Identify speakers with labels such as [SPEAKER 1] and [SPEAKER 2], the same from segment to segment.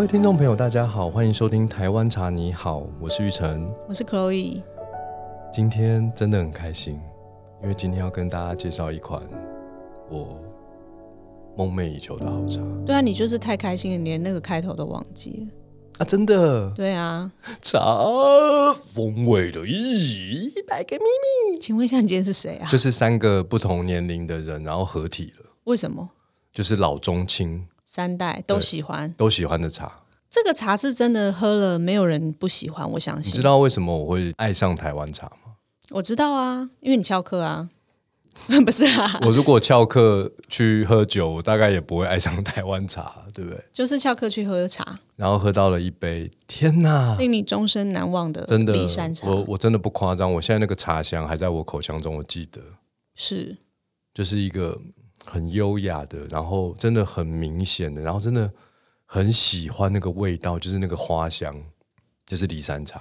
[SPEAKER 1] 位听众朋友，大家好，欢迎收听《台湾茶你好》，我是玉成。
[SPEAKER 2] 我是 Chloe，
[SPEAKER 1] 今天真的很开心，因为今天要跟大家介绍一款我梦寐以求的好茶
[SPEAKER 2] 对啊，你就是太开心了，你连那个开头都忘记了。
[SPEAKER 1] 啊！真的，
[SPEAKER 2] 对啊，
[SPEAKER 1] 茶风味的一百个秘密，
[SPEAKER 2] 请问一下，你今天是谁啊？
[SPEAKER 1] 就是三个不同年龄的人，然后合体了，
[SPEAKER 2] 为什么
[SPEAKER 1] 就是老中青
[SPEAKER 2] 三代都喜欢
[SPEAKER 1] 都喜欢的茶。
[SPEAKER 2] 这个茶？是真的喝了，没有人不喜欢，我相
[SPEAKER 1] 你
[SPEAKER 2] 信。
[SPEAKER 1] 知道为什么我会爱上台湾茶吗？
[SPEAKER 2] 我知道啊，因为你翘课啊， 不是啊，
[SPEAKER 1] 我如果翘课去喝酒，我大概也不会爱上台湾茶，对不对？
[SPEAKER 2] 就是翘课去喝茶，
[SPEAKER 1] 然后喝到了一杯，天哪！
[SPEAKER 2] 令你终身难忘的
[SPEAKER 1] 真的
[SPEAKER 2] 骊山，茶。
[SPEAKER 1] 我我真的不夸张，我现在那个茶香还在我口腔中，我记得，
[SPEAKER 2] 是
[SPEAKER 1] 就是一个很优雅的，然后真的很明显的，然后真的很喜欢那个味道，就是那个花香，就是骊山茶。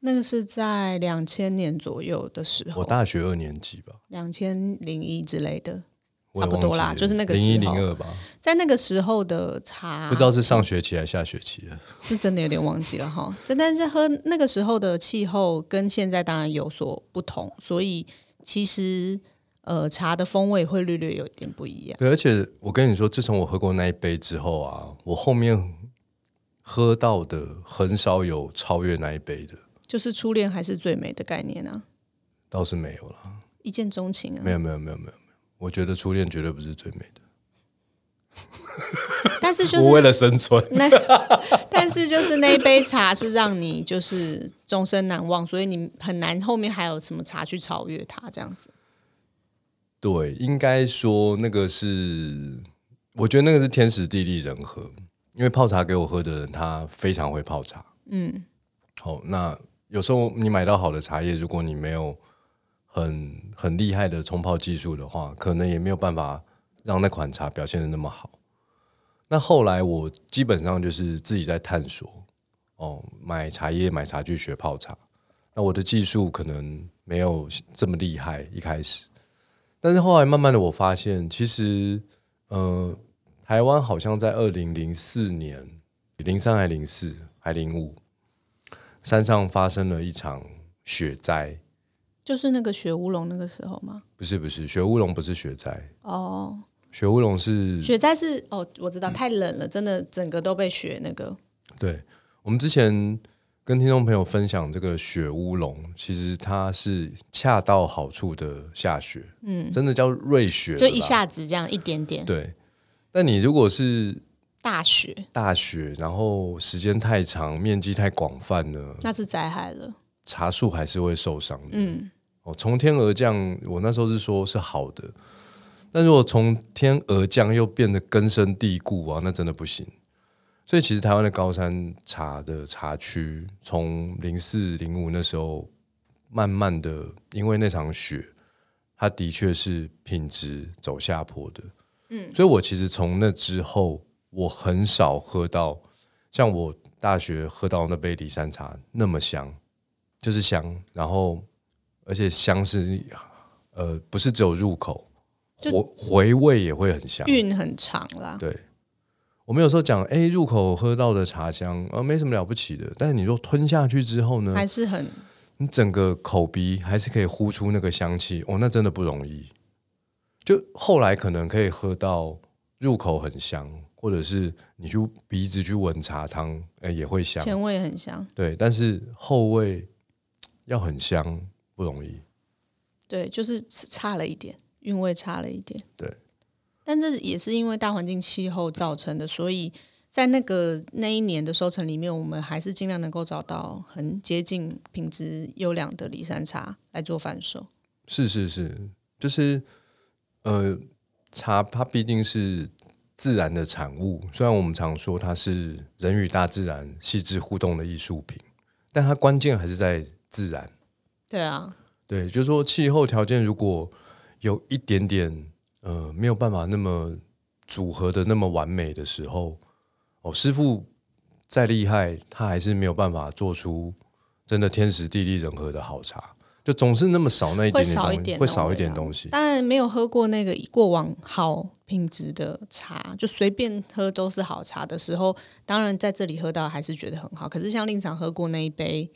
[SPEAKER 2] 那个是在两千年左右的时
[SPEAKER 1] 我
[SPEAKER 2] 候，
[SPEAKER 1] 大学二年级吧，
[SPEAKER 2] 两千零一之类的，
[SPEAKER 1] 我也
[SPEAKER 2] 差不多啦
[SPEAKER 1] 忘记了
[SPEAKER 2] 就是那个
[SPEAKER 1] 零一
[SPEAKER 2] 时
[SPEAKER 1] 零
[SPEAKER 2] 候
[SPEAKER 1] 二吧，
[SPEAKER 2] 在那个时候的茶，
[SPEAKER 1] 不知道是上学期还是下学期了。
[SPEAKER 2] 是真的有点忘记了哈。这但是喝那个时候的气候跟现在当然有所不同，所以其实呃茶的风味会略略有一点不一样。
[SPEAKER 1] 对，而且我跟你说，自从我喝过那一杯之后啊，我后面喝到的很少有超越那一杯的，
[SPEAKER 2] 就是初恋还是最美的概念啊，
[SPEAKER 1] 倒是没有了。
[SPEAKER 2] 一见钟情啊
[SPEAKER 1] 没。有没有没有没有没有，我觉得初恋绝对不是最美的。
[SPEAKER 2] 但是就
[SPEAKER 1] 我为
[SPEAKER 2] 是
[SPEAKER 1] 了生存，
[SPEAKER 2] 那，但是就是那一杯茶是让你就是终身难忘，所以你很难后面还有什么茶去超越它这样子。
[SPEAKER 1] 对，应该说那个是，我觉得那个是天时地利人和，因为泡茶给我喝的人他非常会泡茶。
[SPEAKER 2] 嗯，
[SPEAKER 1] 好，那有时候你买到好的茶叶，如果你没有很很厉害的冲泡技术的话，可能也没有办法让那款茶表现的那么好。那后来我基本上就是自己在探索，哦，买茶叶、买茶具学泡茶。那我的技术可能没有这么厉害一开始，但是后来慢慢的我发现，其实，呃，台湾好像在二零零四年、零三还零四还零五，山上发生了一场雪灾，
[SPEAKER 2] 就是那个雪乌龙那个时候吗？
[SPEAKER 1] 不是不是，雪乌龙不是雪灾，
[SPEAKER 2] 哦，
[SPEAKER 1] 雪乌龙是
[SPEAKER 2] 雪灾是哦，我知道太冷了，真的整个都被雪那个
[SPEAKER 1] 对我们之前跟听众朋友分享这个雪乌龙，其实它是恰到好处的下雪，嗯，真的叫瑞雪了
[SPEAKER 2] 就
[SPEAKER 1] 啦，
[SPEAKER 2] 一下子这样一点点
[SPEAKER 1] 对。但你如果是
[SPEAKER 2] 大雪，
[SPEAKER 1] 大雪，然后时间太长，面积太广泛了，
[SPEAKER 2] 那是灾害了。
[SPEAKER 1] 茶树还是会受伤的。嗯，哦，从天而降，我那时候是说是好的，但如果从天而降又变得根深蒂固啊，那真的不行。所以其实台湾的高山茶的茶区，从零四零五那时候，慢慢的因为那场雪，它的确是品质走下坡的。嗯，所以我其实从那之后，我很少喝到像我大学喝到那杯骊山茶那么香。就是香，然后而且香是呃不是只有入口，回回味也会很香。
[SPEAKER 2] 运很长啦，
[SPEAKER 1] 对，我们有时候讲，哎，入口喝到的茶香，呃，没什么了不起的，但是你说吞下去之后呢，
[SPEAKER 2] 还是很
[SPEAKER 1] 你整个口鼻还是可以呼出那个香气，哦，那真的不容易。就后来可能可以喝到入口很香，或者是你去鼻子去闻茶汤，哎，也会香。
[SPEAKER 2] 前味很香。
[SPEAKER 1] 对，但是后味要很香不容易。
[SPEAKER 2] 对，就是差了一点，韵味差了一点。
[SPEAKER 1] 对，
[SPEAKER 2] 但这也是因为大环境气候造成的，所以在那个那一年的收成里面，我们还是尽量能够找到很接近品质优良的骊山茶来做贩售。
[SPEAKER 1] 是是是，就是呃，茶它毕竟是自然的产物，虽然我们常说它是人与大自然细致互动的艺术品，但它关键还是在自然。
[SPEAKER 2] 对啊，
[SPEAKER 1] 对，就是说气候条件如果有一点点呃没有办法那么组合的那么完美的时候，哦，师傅再厉害，他还是没有办法做出真的天时地利人和的好茶。就总是那么少那一点点
[SPEAKER 2] 会少一
[SPEAKER 1] 东西，
[SPEAKER 2] 点
[SPEAKER 1] 会
[SPEAKER 2] 的
[SPEAKER 1] 少一
[SPEAKER 2] 味
[SPEAKER 1] 点
[SPEAKER 2] 道
[SPEAKER 1] 东西。
[SPEAKER 2] 当然没有喝过那个过往好品质的茶，就随便喝都是好茶的时候，当然在这里喝到还是觉得很好。可是像令常喝过那一杯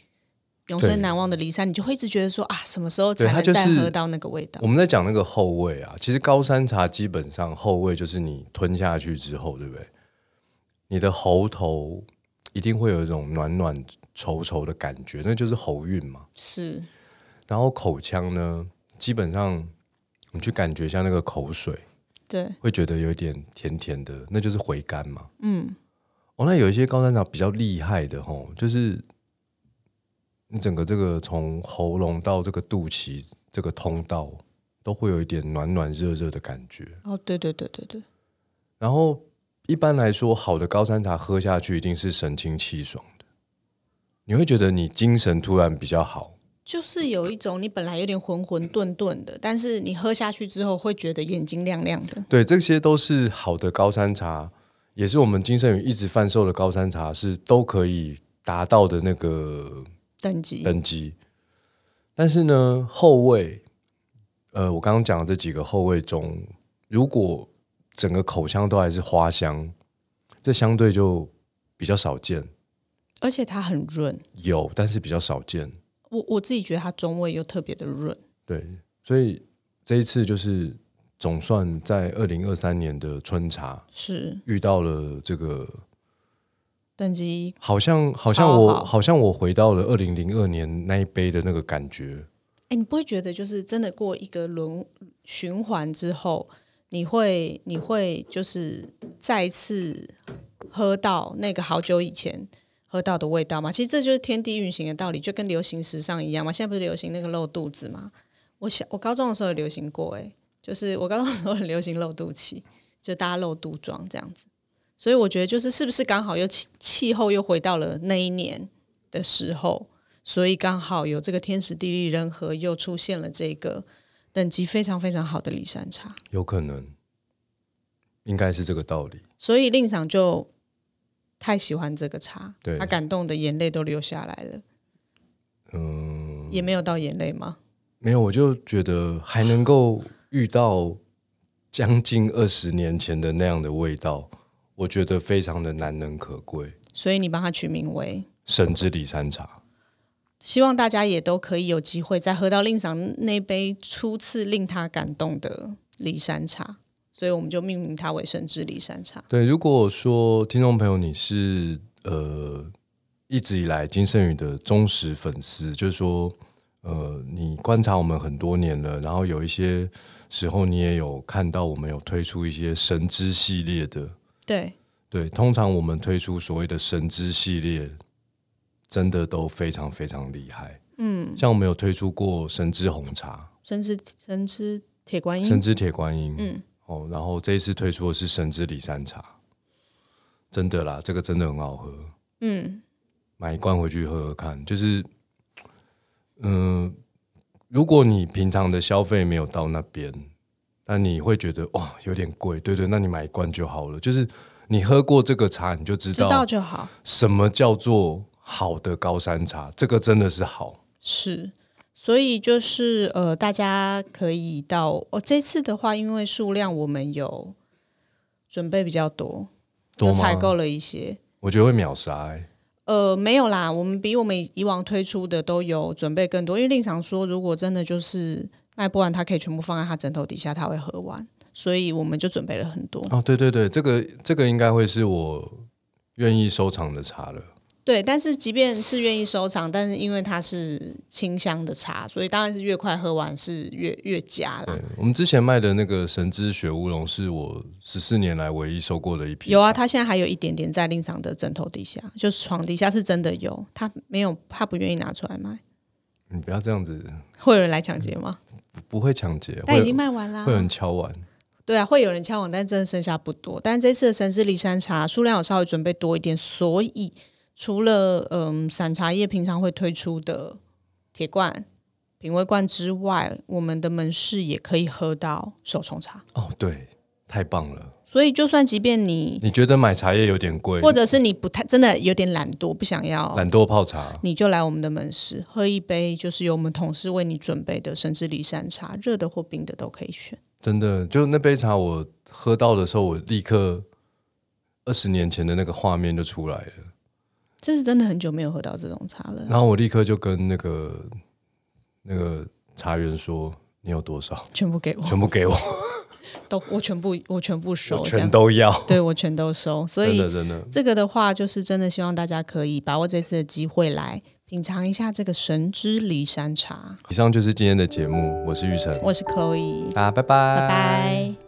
[SPEAKER 2] 永
[SPEAKER 1] 对
[SPEAKER 2] 生难忘的骊山，你就会一直觉得说啊，什么时候
[SPEAKER 1] 对
[SPEAKER 2] 才
[SPEAKER 1] 它
[SPEAKER 2] 能
[SPEAKER 1] 就
[SPEAKER 2] 再
[SPEAKER 1] 是
[SPEAKER 2] 喝到那个味道
[SPEAKER 1] 我？们在讲那个后味啊，其实高山茶基本上后味就是你吞下去之后，对不对？你的喉头一定会有一种暖暖稠稠的感觉，那就是喉韵嘛。
[SPEAKER 2] 是
[SPEAKER 1] 然后口腔呢，基本上你去感觉一下那个口水，
[SPEAKER 2] 对，
[SPEAKER 1] 会觉得有一点甜甜的，那就是回甘嘛。嗯，哦，那有一些高山茶比较厉害的吼，就是你整个这个从喉咙到这个肚脐这个通道，都会有一点暖暖热热的感觉。
[SPEAKER 2] 哦，对对对对对，
[SPEAKER 1] 然后一般来说，好的高山茶喝下去一定是神清气爽的，你会觉得你精神突然比较好。
[SPEAKER 2] 就是有一种你本来有点浑浑沌沌的，但是你喝下去之后会觉得眼睛亮亮的。
[SPEAKER 1] 对，这些都是好的高山茶，也是我们金圣宇一直贩售的高山茶，是都可以达到的那个
[SPEAKER 2] 等级
[SPEAKER 1] 等级。但是呢，后卫，呃，我刚刚讲的这几个后卫中，如果整个口腔都还是花香，这相对就比较少见。
[SPEAKER 2] 而且它很润，
[SPEAKER 1] 有，但是比较少见。
[SPEAKER 2] 我我自己觉得它中味又特别的润。
[SPEAKER 1] 对，所以这一次就是总算在二零二三年的春茶
[SPEAKER 2] 是
[SPEAKER 1] 遇到了这个，
[SPEAKER 2] 等级
[SPEAKER 1] 好像好像
[SPEAKER 2] 超
[SPEAKER 1] 我
[SPEAKER 2] 好
[SPEAKER 1] 好像我回到了二零零二年那一杯的那个感觉。
[SPEAKER 2] 哎、你不会觉得就是真的过一个轮循环之后，你会你会就是再次喝到那个好久以前喝到的味道吗？其实这就是天地运行的道理，就跟流行时尚一样嘛。现在不是流行那个露肚子吗？我小我高中的时候有流行过、哎，就是我高中的时候很流行露肚脐，就大家露肚装这样子。所以我觉得就是是不是刚好又气气候又回到了那一年的时候，所以刚好有这个天时地利人和，又出现了这个等级非常非常好的骊山茶，
[SPEAKER 1] 有可能，应该是这个道理。
[SPEAKER 2] 所以令赏就太喜欢这个茶，
[SPEAKER 1] 对
[SPEAKER 2] 他感动的眼泪都流下来了，嗯，也没有到眼泪吗？
[SPEAKER 1] 没有，我就觉得还能够遇到将近二十年前的那样的味道，我觉得非常的难能可贵。
[SPEAKER 2] 所以你帮他取名为。
[SPEAKER 1] 神之里山茶，
[SPEAKER 2] 希望大家也都可以有机会再喝到令赏那杯初次令他感动的骊山茶，所以我们就命名它为神之骊山茶。
[SPEAKER 1] 对，如果说听众朋友你是呃一直以来金圣宇的忠实粉丝，就是说呃你观察我们很多年了，然后有一些时候你也有看到我们有推出一些神之系列的，
[SPEAKER 2] 对，
[SPEAKER 1] 对，通常我们推出所谓的神之系列，真的都非常非常厉害。嗯，像我们有推出过神之红茶、
[SPEAKER 2] 神之神之铁观音，
[SPEAKER 1] 神之铁观音，嗯，哦，然后这一次推出的是神之里山茶，真的啦，这个真的很好喝，
[SPEAKER 2] 嗯，
[SPEAKER 1] 买一罐回去喝喝看。就是，嗯、如果你平常的消费没有到那边，那你会觉得哇有点贵，对对，那你买一罐就好了。就是你喝过这个茶，你就知
[SPEAKER 2] 知
[SPEAKER 1] 道
[SPEAKER 2] 道就好。
[SPEAKER 1] 什么叫做好的高山茶？这个真的是好，
[SPEAKER 2] 是，所以就是呃，大家可以到哦，这次的话，因为数量我们有准备比较多，
[SPEAKER 1] 多
[SPEAKER 2] 有
[SPEAKER 1] 吗
[SPEAKER 2] 采购了一些。
[SPEAKER 1] 我觉得会秒杀、欸。
[SPEAKER 2] 呃，没有啦，我们比我们以以往推出的都有准备更多，因为令常说，如果真的就是卖不完，他可以全部放在他枕头底下，他会喝完，所以我们就准备了很多。
[SPEAKER 1] 哦，对对对，这个这个应该会是我愿意收藏的茶了。
[SPEAKER 2] 对，但是即便是愿意收藏，但是因为它是清香的茶，所以当然是越快喝完是越越佳啦
[SPEAKER 1] 对。我们之前卖的那个神之雪乌龙，是我十四年来唯一收过的一批。
[SPEAKER 2] 有啊，，他现在还有一点点在令赏的枕头底下，就是床底下是真的有，他没有，他不愿意拿出来卖，
[SPEAKER 1] 你不要这样子，
[SPEAKER 2] 会有人来抢劫吗？
[SPEAKER 1] 不会抢劫，
[SPEAKER 2] 但已
[SPEAKER 1] 会
[SPEAKER 2] 经卖完啦
[SPEAKER 1] 会。有人敲碗。
[SPEAKER 2] 对啊，会有人敲网，但真的剩下不多。但这次的神之骊山茶数量有稍微准备多一点，所以除了嗯散茶叶平常会推出的铁罐、品味罐之外，我们的门市也可以喝到手冲茶。
[SPEAKER 1] 哦，对，太棒了！
[SPEAKER 2] 所以就算即便你
[SPEAKER 1] 你觉得买茶叶有点贵，
[SPEAKER 2] 或者是你不太真的有点懒惰，不想要，
[SPEAKER 1] 懒惰泡茶，
[SPEAKER 2] 你就来我们的门市喝一杯，就是由我们同事为你准备的神之离山茶，热的或冰的都可以选。
[SPEAKER 1] 真的，就那杯茶我喝到的时候，我立刻二十年前的那个画面就出来了，
[SPEAKER 2] 这是真的很久没有喝到这种茶了，
[SPEAKER 1] 然后我立刻就跟那个那个茶园说：“你有多少？
[SPEAKER 2] 全部给我，
[SPEAKER 1] 全部给我，
[SPEAKER 2] 都我全部我全部收，
[SPEAKER 1] 我
[SPEAKER 2] 这
[SPEAKER 1] 全
[SPEAKER 2] 样
[SPEAKER 1] 都要。
[SPEAKER 2] 对我全都收，”所
[SPEAKER 1] 真
[SPEAKER 2] 以
[SPEAKER 1] 的真的，
[SPEAKER 2] 这个的话，就是真的希望大家可以把握这次的机会来品尝一下这个神之离山茶。
[SPEAKER 1] 以上就是今天的节目，我是玉成，
[SPEAKER 2] 我是 Chloe，
[SPEAKER 1] 大家拜拜，
[SPEAKER 2] 拜拜。